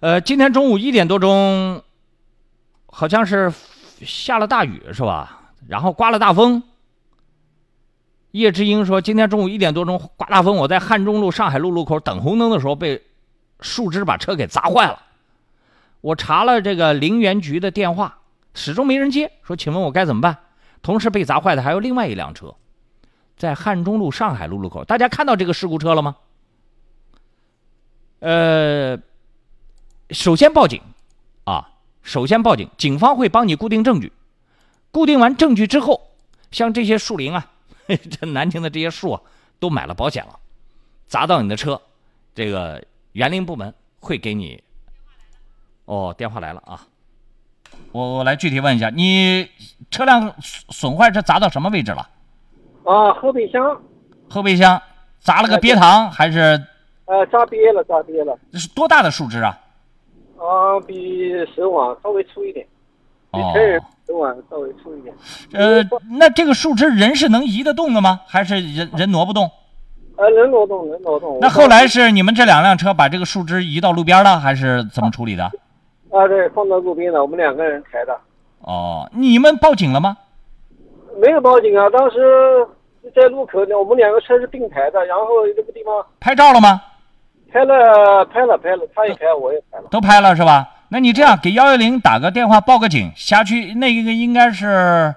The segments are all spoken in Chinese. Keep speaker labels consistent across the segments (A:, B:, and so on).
A: 呃，今天中午一点多钟，好像是下了大雨是吧？然后刮了大风。叶之英说，今天中午一点多钟刮大风，我在汉中路上海路路口等红灯的时候，被树枝把车给砸坏了。我查了这个陵园局的电话，始终没人接，说请问我该怎么办？同时被砸坏的还有另外一辆车，在汉中路上海路路口。大家看到这个事故车了吗？呃，首先报警，啊，首先报警，警方会帮你固定证据。固定完证据之后，像这些树林啊， 嘿这南京的这些树啊，都买了保险了，砸到你的车，这个园林部门会给你。哦，电话来了啊，我我来具体问一下，你车辆损坏是砸到什么位置了？
B: 啊，后备箱，
A: 后备箱砸了个鳖塘还是
B: 呃，扎瘪了，扎瘪了，
A: 是多大的树枝啊？
B: 啊，比手腕稍微粗一点，比
A: 哦
B: 成，人手腕稍微粗一点。
A: 呃，那这个树枝人是能移得动的吗？还是人人挪不动？
B: 呃，能挪动，能挪动。
A: 那
B: 我
A: 后来是你们这两辆车把这个树枝移到路边了，还是怎么处理的？
B: 啊，对，放到路边了，我们两个人抬的，
A: 哦，你们报警了吗？
B: 没有报警啊。当时在路口呢，我们两个车是并排的，然后这个地方
A: 拍照了吗？
B: 拍了，拍了，拍了，他也拍，我也拍了。
A: 都拍了是吧？那你这样给幺幺零打个电话报个警，辖区那个应该是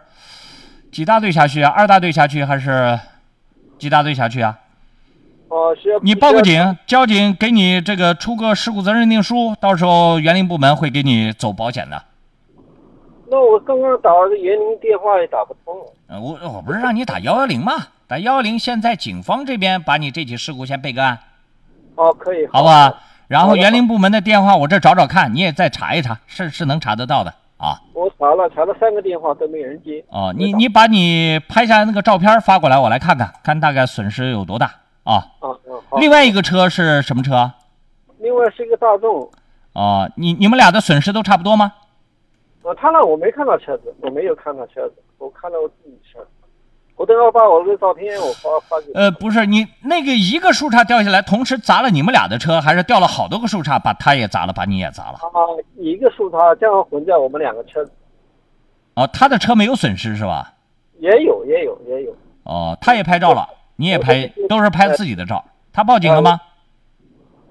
A: 几大队辖区啊？二大队辖区还是几大队辖区啊？
B: 哦、需要
A: 你报个，警，交警给你这个出个事故责任认定书，到时候园林部门会给你走保险的。
B: 那我刚刚打了个园林电话也打不通，
A: 呃，我我不是让你打幺幺零吗？打幺幺零，现在警方这边把你这起事故先备个案，
B: 哦、可以，
A: 好不好？然
B: 好
A: 后
B: 的
A: 园林部门的电话我这找找看，你也再查一查，是是能查得到的啊。
B: 我查了，查了三个电话都没人接。
A: 哦，你你把你拍下那个照片发过来，我来看看，看大概损失有多大啊。
B: 啊，嗯，好。
A: 另外一个车是什么车？
B: 另外是一个大众，
A: 哦，你你们俩的损失都差不多吗？
B: 呃，他那我没看到车子，我没有看到车子，我看到我自己车。我等会把我的照片我发发给你。
A: 呃，不是，你那个一个树杈掉下来，同时砸了你们俩的车，还是掉了好多个树杈，把他也砸了，把你也砸了？
B: 啊，一个树杈这样混在我们两个车子，
A: 哦，他的车没有损失是吧？
B: 也有也有也有。
A: 哦，他也拍照了，你也拍，都是拍自己的照。他报警了
B: 啊
A: 吗？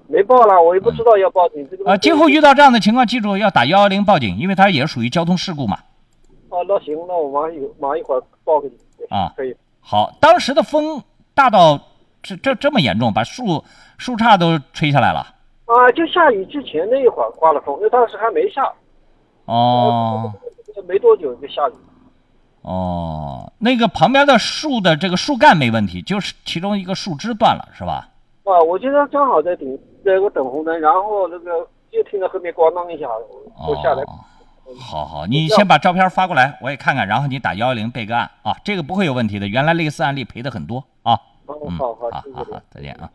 B: 没报了，我也不知道要报警。这个
A: 啊，今后遇到这样的情况，记住要打幺幺零报警，因为他也属于交通事故嘛。
B: 啊，那行，那我马上有马上一会儿报给你。
A: 啊
B: 可以。
A: 好，当时的风大到这这这么严重，把树树杈都吹下来了。
B: 啊，就下雨之前那一会儿刮了风，因为当时还没下，
A: 哦
B: 没多久就下雨。
A: 哦，那个旁边的树的这个树干没问题，就是其中一个树枝断了，是吧？
B: 啊，我今天正好在顶在那个等红灯，然后那个就听到后面咣当一下，我我下来。
A: 哦好好，你先把照片发过来，我也看看，然后你打幺幺零备个案啊，这个不会有问题的。原来类似案例赔的很多啊。
B: 哦
A: 嗯，
B: 好好，
A: 好
B: 谢谢
A: 好
B: 您
A: 好，再见啊。